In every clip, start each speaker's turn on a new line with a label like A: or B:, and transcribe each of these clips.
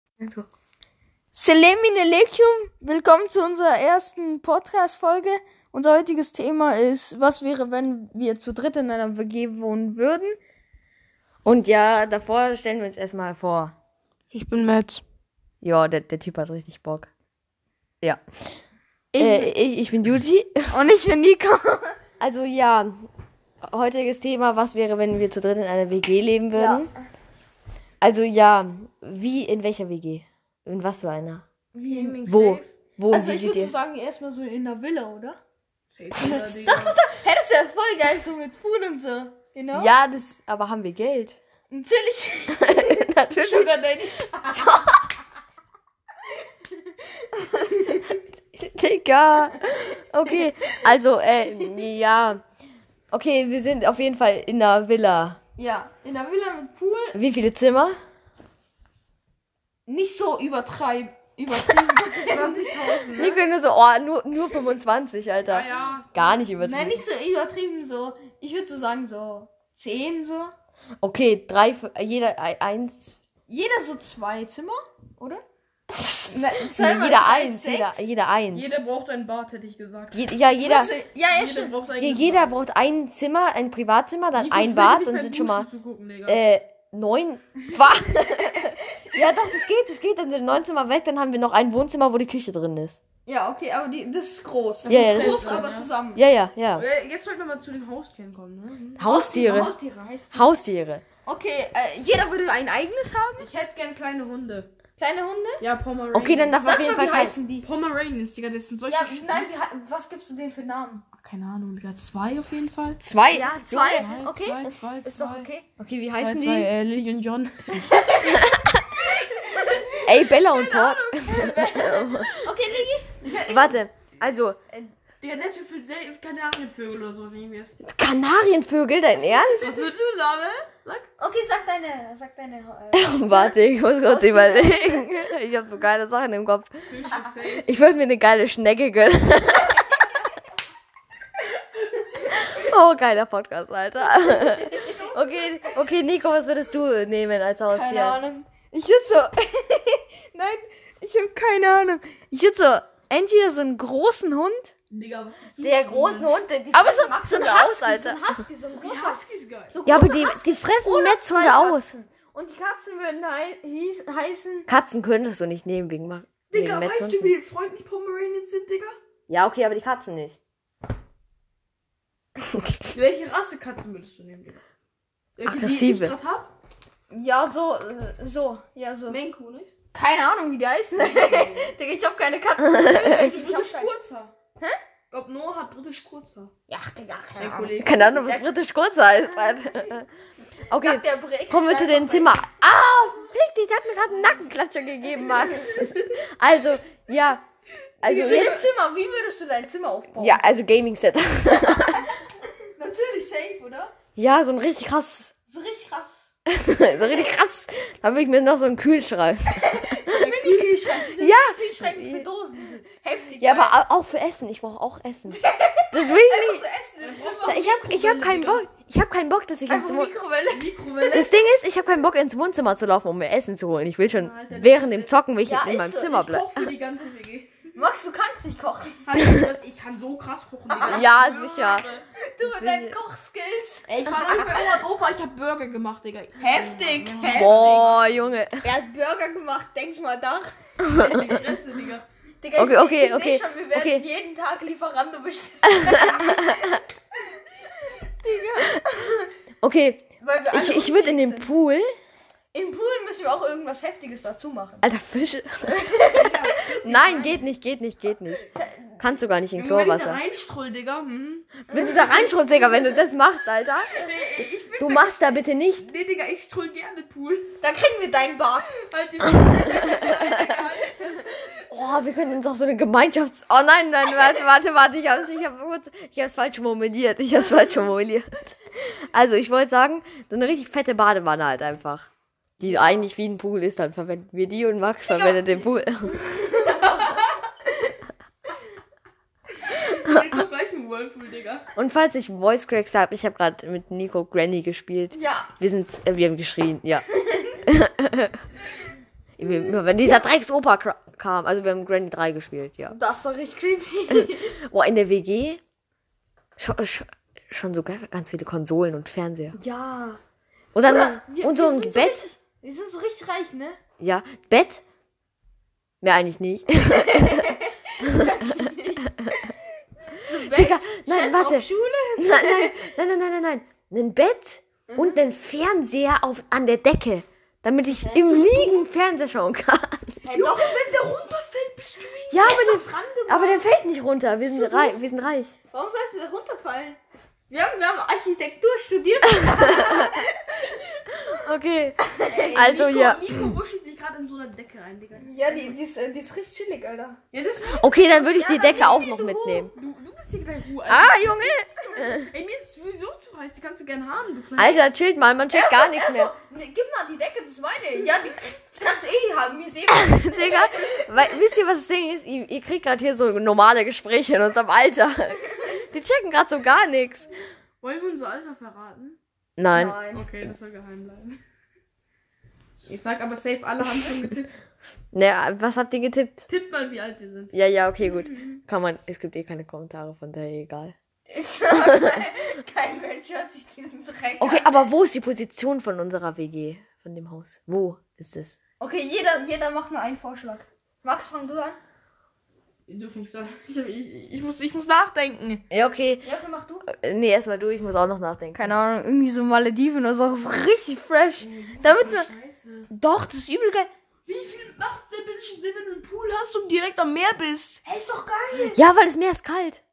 A: Also.
B: Einfach.
A: Selemi Nelekium, willkommen zu unserer ersten Podcast-Folge. Unser heutiges Thema ist, was wäre, wenn wir zu dritt in einer WG wohnen würden? Und ja, davor stellen wir uns erstmal vor.
B: Ich bin Matt.
C: Ja, der, der Typ hat richtig Bock. Ja.
A: Ich,
C: Äh, ich, ich bin Yuji.
A: und ich bin Nico.
C: Also ja, heutiges Thema, was wäre, wenn wir zu dritt in einer WG leben würden? Also ja, wie, in welcher WG? In was für einer?
A: Wie?
C: Wo? Wo?
A: Also
C: wie
A: ich
C: sieht
A: würde
C: ihr?
A: sagen, erstmal so in der Villa, oder?
B: Doch, doch,
A: Hey, das wäre voll geil, so mit Pool und so. Genau?
C: Ja, das, aber haben wir Geld?
A: Natürlich.
C: Natürlich.
A: Sugar Daddy.
C: Digga. Okay, also, äh, ja. Okay, wir sind auf jeden Fall in der Villa.
A: Ja, in der Villa mit Pool.
C: Wie viele Zimmer?
A: Nicht so übertreiben. Übertrieben.
B: 20.000.
C: Nico nur so, oh, nur, nur 25, Alter.
B: Ah ja.
C: Gar nicht übertrieben.
A: Ah, Nein, nicht so übertrieben, so. Ich würde so sagen, so 10 so.
C: Okay, drei, für- jeder ei- eins.
A: Jeder so zwei Zimmer, oder?
C: Nee,
A: Nein,
C: jeder eins, jeder, jeder eins.
B: Jeder braucht ein Bad, hätte ich gesagt.
C: Je, ja, jeder,
A: Ja, ja,
B: Jeder
A: stimmt.
B: braucht ein
C: je- jeder braucht ein Zimmer, ein Privatzimmer, dann ein Bad, dann sind schon mal
B: Äh,
C: äh, neun. Wa- ja, doch, das geht, das geht. Dann sind neun Zimmer weg, dann haben wir noch ein Wohnzimmer, wo die Küche drin ist.
A: Ja, okay, aber die, das ist groß.
C: Ja, ja,
A: das
C: das
A: groß,
B: ist so,
A: aber
B: ja.
A: zusammen.
C: Ja, ja, ja.
B: Äh, Jetzt sollten wir mal zu den Haustieren
C: Hm?
B: kommen, ne?
C: Haustiere.
A: Haustiere heißt.
C: Haustiere.
A: Okay, äh, jeder würde ein eigenes haben.
B: Ich hätte gern kleine Hunde.
A: Kleine Hunde.
B: Ja, Pomeranians.
C: Okay, dann darf
A: Sag
C: auf jeden
A: mal,
C: Fall
A: wie
C: kein.
A: heißen die?
B: Pomeranians, Digga, das sind solche. Ah,
A: Ja, nein, wie, hei- was gibst du denen für Namen?
B: Keine Ahnung, Digga. Zwei auf jeden Fall.
C: Zwei.
A: Ja,
C: Äh,
A: zwei.
B: Zwei,
A: okay,
B: Zwei, zwei,
A: ist
B: zwei.
A: doch okay.
C: Okay, wie
B: Zwei,
C: heißen
B: zwei, äh, Lily und John.
C: die? Ey, Bella und Port.
A: Okay, Ligi.
C: Warte. Also,
B: Digga, der Typ will sehr Kanarienvögel oder so sehen wir es.
C: Kanarienvögel, dein Ernst?
B: Was willst du, Name? Sag.
A: Okay, sag deine, sag deine. Äh,
C: Warte, ich muss kurz überlegen. Ich hab so geile Sachen im Kopf.
B: Fische,
C: Ich würde mir eine geile Schnecke gönnen. oh, geiler Podcast, Alter. Okay, okay, Nico, was würdest du nehmen als Haustier?
A: keine Ahnung. Ich würde so. nein, ich habe keine Ahnung. Ich würde so entweder so einen großen Hund.
B: Digga, was ist
C: Der großen Hund, der die
A: Aber so,
C: fressen
A: so ein
C: Maxhunde
A: Husky,
C: aus, Alter.
A: so ein Husky, so ein großer
B: Husky ist geil.
A: So
C: Ja, aber
A: große
C: die,
A: Katzen
C: die fressen
A: oder
C: Metzhunde
A: zwei
C: aus.
A: Katzen. Und die Katzen würden hei hieß, heißen.
C: Katzen könntest du nicht nehmen wegen, Ma- wegen
B: Digga, weißt du,
C: Metzhunden.
B: wie freundlich Pomeranians sind, Digga?
C: Ja, okay, aber die Katzen nicht.
B: Welche Rasse Katzen würdest du nehmen, Digga? Welche,
C: Aggressive.
B: Die ich grad hab?
A: Ja, so, äh, so, ja, so.
B: Maine Coon, nicht?
A: Keine Ahnung, wie die heißen. Digga, ich hab keine Katzen. ich hab
B: Britisch
A: keine.
B: Kurzer. Hä? Ich glaub, Noah hat britisch Kurzer.
A: Ja, Digga, keine
B: Mein
A: Ahnung.
B: Kollege.
C: Keine Ahnung, was britisch kurz heißt, Alter. Okay,
A: Nach der Break.
C: Kommen wir zu den Zimmer. Ah, fick dich, der hat mir gerade einen Nackenklatscher gegeben, Max. Also, ja. Also
A: Also zu dem
C: jetzt.
A: Zimmer, wie würdest du dein Zimmer aufbauen?
C: Ja, also Gaming-Set.
A: Natürlich safe, oder?
C: Ja, so ein richtig krass.
A: So richtig krass.
C: So richtig krass. Da würde ich mir noch so einen Kühlschrank.
A: So ein Mini-Kühlschrank. diese
C: Ja.
A: Kühlschränke für Dosen. die sind Heftig.
C: Ja, aber au- auch für Essen. Ich brauche auch Essen. Das will ich
A: Einfach so essen im Zimmer.
C: nicht. Ich hab, ich hab keinen Bock. Ich hab keinen Bock, dass ich ins
A: Einfach
C: Wohn
A: Mikrowelle.
B: Mikrowelle.
C: Das Ding ist, ich hab keinen Bock, ins Wohnzimmer zu laufen, um mir Essen zu holen. Ich will schon
B: Alter,
C: während
B: das
C: dem
B: ist-
C: Zocken will ich
A: Ja,
C: in
A: ist
C: meinem
A: so.
C: Zimmer
B: ich
C: bleiben.
B: koch für die ganze WG.
A: Max, du kannst nicht kochen.
B: Hat er gesagt, ich kann so krass kochen, Digga.
C: Ja, sicher.
A: Du mit deinen
C: Sicher.
A: Kochskills.
B: Ey, ich war neulich bei Oma und Opa, ich hab Burger gemacht, Digga.
A: Heftig. heftig.
C: Boah, Junge.
A: Er hat Burger gemacht, denk mal nach.
B: halt Die Fresse, Digga.
A: Digga,
C: Okay,
A: ich,
C: okay,
A: ich
C: okay,
A: Seh schon, wir werden
C: okay.
A: jeden Tag Lieferando bestellen.
C: Okay,
A: Weil wir alle
C: ich, ich würde in den
A: unfähig
C: Pool.
A: sind. Im Pool müssen wir auch irgendwas Heftiges dazu machen.
C: Alter, Fische. Nein, geht nicht, geht nicht, geht nicht. Kannst du gar nicht in
B: Junge, Wenn ich da
C: Chlorwasser.
B: reinstroll, Digga. Hm.
C: Wenn du da reinschrumpfst, Digga, wenn du das machst, Alter. Du machst da bitte nicht.
B: Nee, Digga, ich troll gerne Pool.
A: Dann kriegen wir deinen Bart.
B: Halt die Fresse.
C: Oh, wir können uns auch so eine Gemeinschafts... Oh nein, nein, warte, warte, warte. Ich hab's, ich hab kurz, ich hab's falsch formuliert. Ich hab's falsch formuliert. Also, ich wollte sagen, so eine richtig fette Badewanne halt einfach. Die eigentlich wie ein Pool ist, dann verwenden wir die und Max verwendet den Pool.
B: Ich hab gleich einen Whirlpool, Digga.
C: Und falls ich Voice Cracks habe, ich habe gerade mit Nico Granny gespielt.
A: Ja.
C: Wir sind, äh, wir haben geschrien, ja. Immer wenn dieser Drecks-Opa kra- kam. Also wir haben Granny 3 gespielt, ja.
B: Das war richtig creepy.
C: Boah, in der WG schon, schon so ganz viele Konsolen und Fernseher.
B: ja.
C: Und dann
B: Oder
C: noch, und so ein
B: sind
C: Bett.
B: richtig, wir sind so richtig reich, ne?
C: Ja, Bett? Mehr eigentlich nicht.
B: So Bett,
C: Digga, nein,
B: Scheiß
C: warte.
B: Auf Schule.
C: Nein, nein, nein, nein, nein, nein, nein. Ein Bett und
B: Mhm.
C: ein Fernseher auf, an der Decke. Damit ich im Liegen Fernseher schauen kann.
B: Hey, doch, wenn der runterfällt, bist du ihn.
C: Ja, aber der,
B: dran gemacht.
C: aber der fällt nicht runter. Wir sind, rei wir sind reich.
B: Warum sollst du da runterfallen? Wir haben, wir haben Architektur studiert.
C: Okay. Also,
B: Nico,
C: ja.
B: Nico wuschelt sich gerade in so eine Decke rein, Digga. Das
D: Ja, die, die, ist, äh, die ist richtig chillig, Alter.
B: ja, das
C: Okay, dann würde ich
B: Ja,
C: die
B: dann
C: Decke
B: nimm
C: auch
B: die,
C: noch
B: du.
C: mitnehmen.
B: Du, du bist hier gleich Ruhe.
C: Ah, Junge.
B: Ey, mir ist sowieso zu heiß, die kannst du gerne haben, du kleine.
C: Alter, chillt mal. Man checkt gar nichts mehr.
B: Ne, gib mal die Decke, das ist meine. Ja, die die kannst du eh haben, mir ist eh was.
C: Digga, weil, wisst ihr, was das Ding ist? Ihr, ihr kriegt gerade hier so normale Gespräche in unserem Alter. Die checken gerade so gar nichts.
B: Wollen wir unser Alter verraten?
C: Nein.
B: Okay, das soll geheim bleiben. Ich sag aber safe, alle haben schon getippt.
C: Naja, Ne, was habt ihr getippt?
B: Tippt mal, wie alt wir sind.
C: Ja, ja, okay, gut. Kann man, es gibt eh keine Kommentare, von daher egal.
B: Kein Mensch hört sich diesen Dreck
C: Okay, aber wo ist die Position von unserer WG, von dem Haus? Wo ist es?
A: Okay, jeder, jeder macht nur einen Vorschlag. Max, fang du an.
B: Du fängst an. Ich, hab- ich, ich, muss, ich muss nachdenken.
C: Ja, okay.
A: Ja, okay, mach du.
C: Äh, Nee, erstmal du, ich muss auch noch nachdenken.
D: Keine Ahnung, irgendwie so Malediven oder so. Das ist richtig fresh. Damit man.
B: Scheiße.
D: Doch, das ist übel geil.
B: Wie viel macht Sinn, wenn du einen Pool hast und direkt am Meer bist?
A: Hey, ist doch geil.
C: Ja, weil das Meer ist kalt.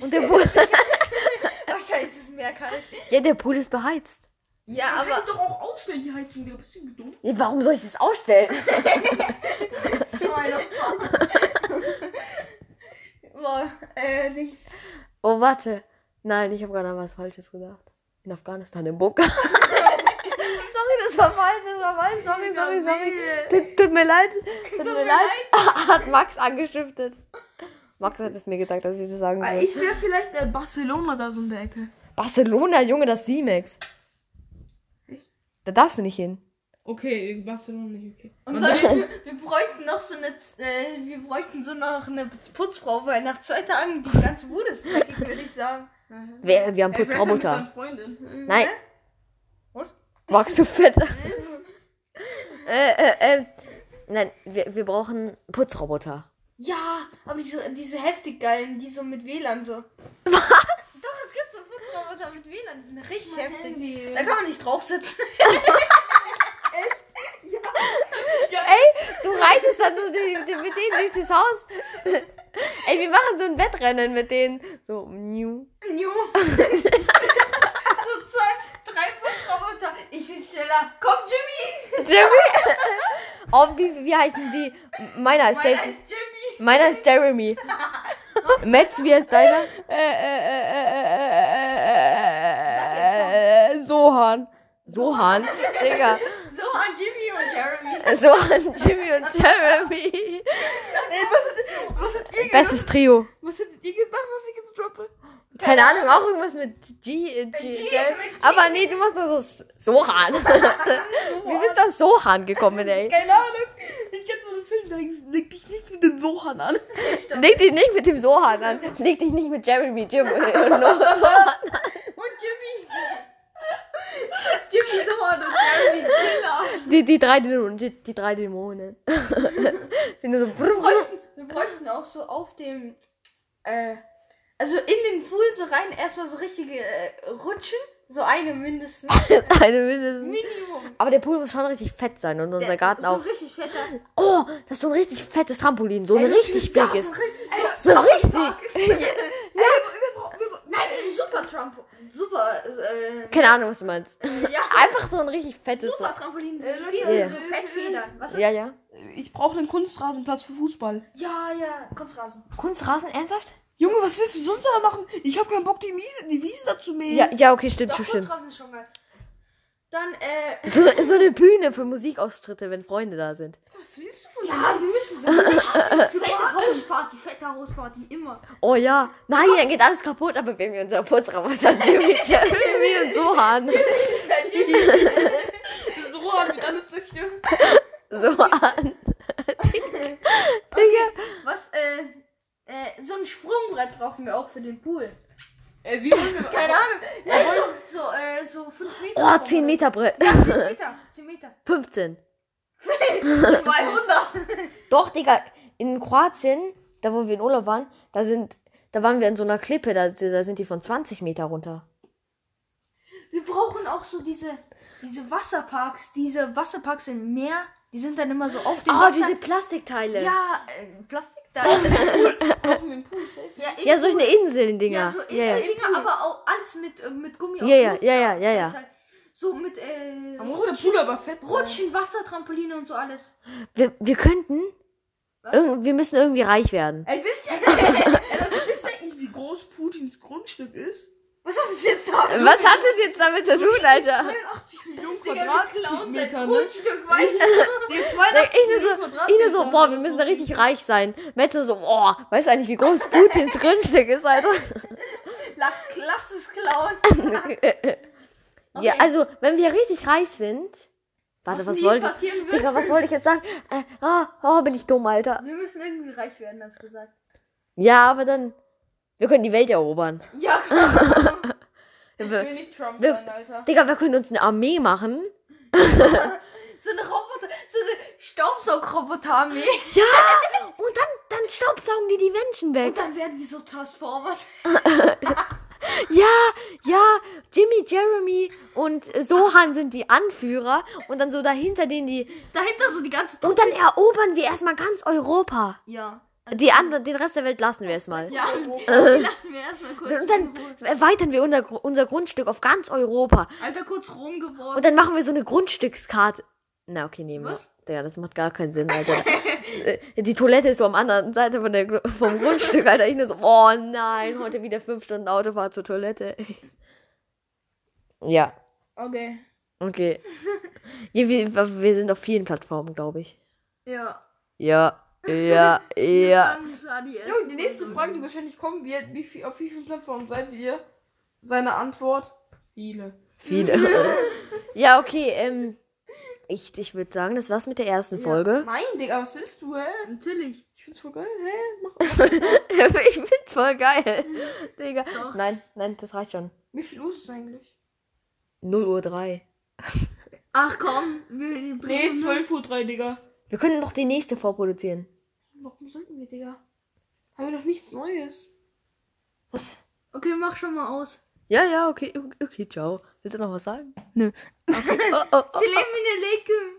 C: Und der Pool,
D: Oh,
A: Wahrscheinlich ist es mehr kalt.
C: ja, der Pool ist beheizt.
A: Ja,
B: Aber
A: aber
B: kann doch auch ausstellen, die Heizung. Digga. Bist du dumm?
C: Ja, warum soll ich das ausstellen?
A: zu meiner Boah, äh, Dings.
C: Oh, warte. Nein, ich habe gerade was Falsches gesagt. In Afghanistan, im Bunker. sorry, das war falsch, das war falsch. Sorry, sorry, sorry. Tut, tut mir leid. Tut mir leid. Hat Max angestiftet. Max hat es mir gesagt, dass ich das sagen
B: Ah,
C: soll.
B: Ich wäre vielleicht äh, Barcelona da so in der Ecke.
C: Barcelona, Junge, das Simex. Da darfst du nicht hin.
B: Okay, Barcelona nicht, okay.
A: Und Leute, wir, wir bräuchten noch so eine, äh, wir bräuchten so noch eine Putzfrau, weil nach zwei Tagen die ganze Bude ist dreckig, würde ich sagen.
C: Wir, wir haben
B: Mit
C: Putzroboter.
B: deiner Freundin.
C: Nein.
A: Was?
C: Max, du Fetter. äh, äh, äh. Nein, wir, wir brauchen Putzroboter.
A: Ja, aber diese, diese heftig geilen, die so mit WLAN so. Was? Doch, es gibt so Putzroboter mit WLAN, die sind richtig heftig.
B: Handy. Äh,
A: Da kann man nicht draufsitzen.
C: Du reitest dann so die, die, mit denen durch das Haus. Ey, wir machen so ein Wettrennen mit denen. So, new.
A: Jo. so zwei, drei Putzroboter. Ich will schneller. Komm, Jimmy.
C: Jimmy. Oh, wie, wie heißen die? Meiner ist
A: Meiner
C: Stacy.
A: ist Jimmy.
C: Meiner ist Jeremy. Metz, wie heißt deiner?
A: äh,
C: Sohan. Sohan? Digga.
A: So an Jimmy und Jeremy.
C: Sohan, Jimmy und Jeremy.
B: Was hat ihr gedacht?
C: Bestes Trio.
B: Was hättet ihr gedacht, was ich jetzt droppe?
C: Keine Ahnung, auch irgendwas mit G. äh, G,
A: G,
C: Jeremy.
A: mit G.
C: Aber nee, du machst nur so S- Sohan. Wie bist du auf Sohan gekommen, ey?
B: Keine Ahnung. Ich kenn so einen Film, da hieß, leg dich nicht mit den Sohan an.
C: Leg dich nicht mit dem Sohan an. Leg dich nicht mit Jeremy, Jim und nur Sohan.
A: Und Jimmy. Jimmy so an und Jeremy Killer.
C: Die, die drei Dämonen. Die, die drei Dämonen. Sind nur so.
A: Wir bräuchten, wir bräuchten auch so auf dem, äh, also in den Pool so rein, erstmal so richtige äh, Rutschen. So eine mindestens.
C: Eine mindestens.
A: Minimum.
C: Aber der Pool muss schon richtig fett sein und unser Garten
A: so
C: auch.
A: richtig fetter.
C: Oh, das ist so ein richtig fettes Trampolin, so ein richtig dickes. So richtig.
A: Nein, das ist super Trump. Super, äh,
C: Keine Ahnung, was du meinst.
A: ja.
C: Einfach so ein richtig fettes.
A: Super Trampolin.
B: Äh,
A: Wie
B: Leute,
A: so
B: äh,
A: Fettfedern. Was
C: So.
A: ist?
C: Ja, ja.
B: Ich brauche einen Kunstrasenplatz für Fußball.
A: Ja, ja, Kunstrasen.
C: Kunstrasen, ernsthaft?
B: Junge, was willst du sonst da machen? Ich hab keinen Bock, die, Miese, die Wiese da zu mähen.
C: Ja, ja, okay, stimmt,
A: Doch,
C: stimmt, stimmt.
A: Kunstrasen ist schon geil. Dann, äh,
C: So, so eine Bühne für Musikauftritte, wenn Freunde da sind.
B: Was willst du von mir?
A: ja, wir müssen so eine Party, fette Hausparty, fette Hausparty, immer.
C: Oh ja. Nein, dann geht alles kaputt, aber wenn wir unser Putzroboter Jimmy, Jeremy und Sohan.
B: So hat mich alles zerstört.
C: so an.
A: Okay. Was, äh, äh, so ein Sprungbrett brauchen wir auch für den Pool.
B: Äh, wie wollen wir
A: Keine Ahnung. Nein, so, so, äh, so 5 Meter.
C: Oh, 10 Meter Brett.
A: 10 Meter. 10 Meter.
C: 15.
A: 200.
C: Doch, Digga, in Kroatien, da wo wir in Urlaub waren, da sind, da waren wir in so einer Klippe, da, da sind die von 20 Meter runter.
A: Wir brauchen auch so diese, diese Wasserparks. Diese Wasserparks im Meer, die sind dann immer so auf dem
C: Oh,
A: Wasser.
C: diese Plastikteile. Ja,
A: ja, äh, Plastik da. ja,
B: kaufen im Pool safe?
A: im
C: ja solche Inseln-Dinger.
A: Ja, so
C: ja, ja.
A: Inseldinger, aber auch alles mit, äh, mit Gummi
C: Ja, ja,
A: Luft.
C: ja, ja, ja,
A: Ist
C: ja.
A: halt so mit äh,
B: Da muss der
A: Rutschen,
B: Pool aber fett sein.
A: Rutschen, Wassertrampoline und so alles.
C: Wir, wir könnten.
A: Was?
C: Irgend, wir müssen irgendwie reich werden.
B: Ey, wisst ihr, ey, Leute, wisst ihr eigentlich, wie groß Putins Grundstück ist?
A: Was ist das jetzt da?
C: Was hat es jetzt damit zu tun, Alter?
B: 82 Millionen
A: Digga, wir klauen sein
B: Quadratmeter, ne?
A: Grundstück, weißt
C: Ich nur
B: Die 82
C: so-
B: Millionen Quadratmeter.
C: Ich nur so, boah, wir müssen da
B: Das ist
C: richtig reich sein. Mette so, boah, weißt du eigentlich, wie groß Putins Grundstück ist, Alter?
A: du? La- Lass es klauen.
C: Ja, also, wenn wir richtig reich sind. Warte, was,
A: nie
C: wollte
A: passieren wird.
C: Digga, was wollte ich jetzt sagen? Äh, ah, oh, bin ich dumm, Alter.
A: Wir müssen irgendwie reich werden, hast du gesagt.
C: Ja, aber dann. Wir können die Welt erobern.
A: Ja,
B: Ich
C: Wir,
B: will nicht Trump
C: Wir-
B: sein, Alter.
C: Digga, wir können uns eine Armee machen.
A: so eine Roboter, so eine Staubsaugroboterarmee.
C: Ja! Und dann, dann staubsaugen die die Menschen weg.
A: Und dann werden die so Transformers.
C: Ja, ja, Jimmy, Jeremy und äh, Sohan sind die Anführer und dann so dahinter denen die.
A: Dahinter so die ganze
C: Und dann erobern wir erstmal ganz Europa.
A: Ja.
C: Die andere, den Rest der Welt lassen wir erstmal.
A: Ja, die lassen wir erstmal kurz.
C: Und Äh. dann erweitern wir unser, Gru- unser Grundstück auf ganz Europa.
A: Alter, kurz rumgeworden.
C: Und dann machen wir so eine Grundstückskarte. Na, okay, nehmen wir.
A: Was?
C: Digga, das macht gar keinen Sinn, Alter. Äh, die Toilette ist so am anderen Seite von der, Gru- vom Grundstück, Alter. Ich nur so, oh nein, heute wieder fünf Stunden Autofahrt zur Toilette. ja,
A: Okay.
C: okay. Ja, wir, wir sind auf vielen Plattformen, glaube ich.
A: Ja.
C: Ja, ja, ja.
B: Jo, die nächste Frage, die wahrscheinlich kommt, wird, wie viel, auf wie vielen Plattformen seid ihr? Seine Antwort? Viele.
C: Viele. ja, okay, ähm. Ich, ich würde sagen, das war's mit der ersten Folge.
B: Nein, Digga, was willst du, hä?
A: Natürlich.
B: Ich find's voll geil, hä? Mach
C: ich find's voll geil. Digga.
A: Doch.
C: Nein, nein, das reicht schon.
B: Wie viel Uhr ist es eigentlich?
C: 0 Uhr 3.
A: Ach komm, wir
B: Nee,
A: drehen um
B: 12 Uhr 3, Digga.
C: Wir können noch die nächste vorproduzieren.
B: Warum sollten wir, Digga? Haben wir doch nichts Neues.
A: Okay, mach schon mal aus.
C: Ja, ja, okay, okay, ciao. Willst du noch was sagen? Nö. Okay. Oh, oh, oh.
A: Sie leben in der Leke.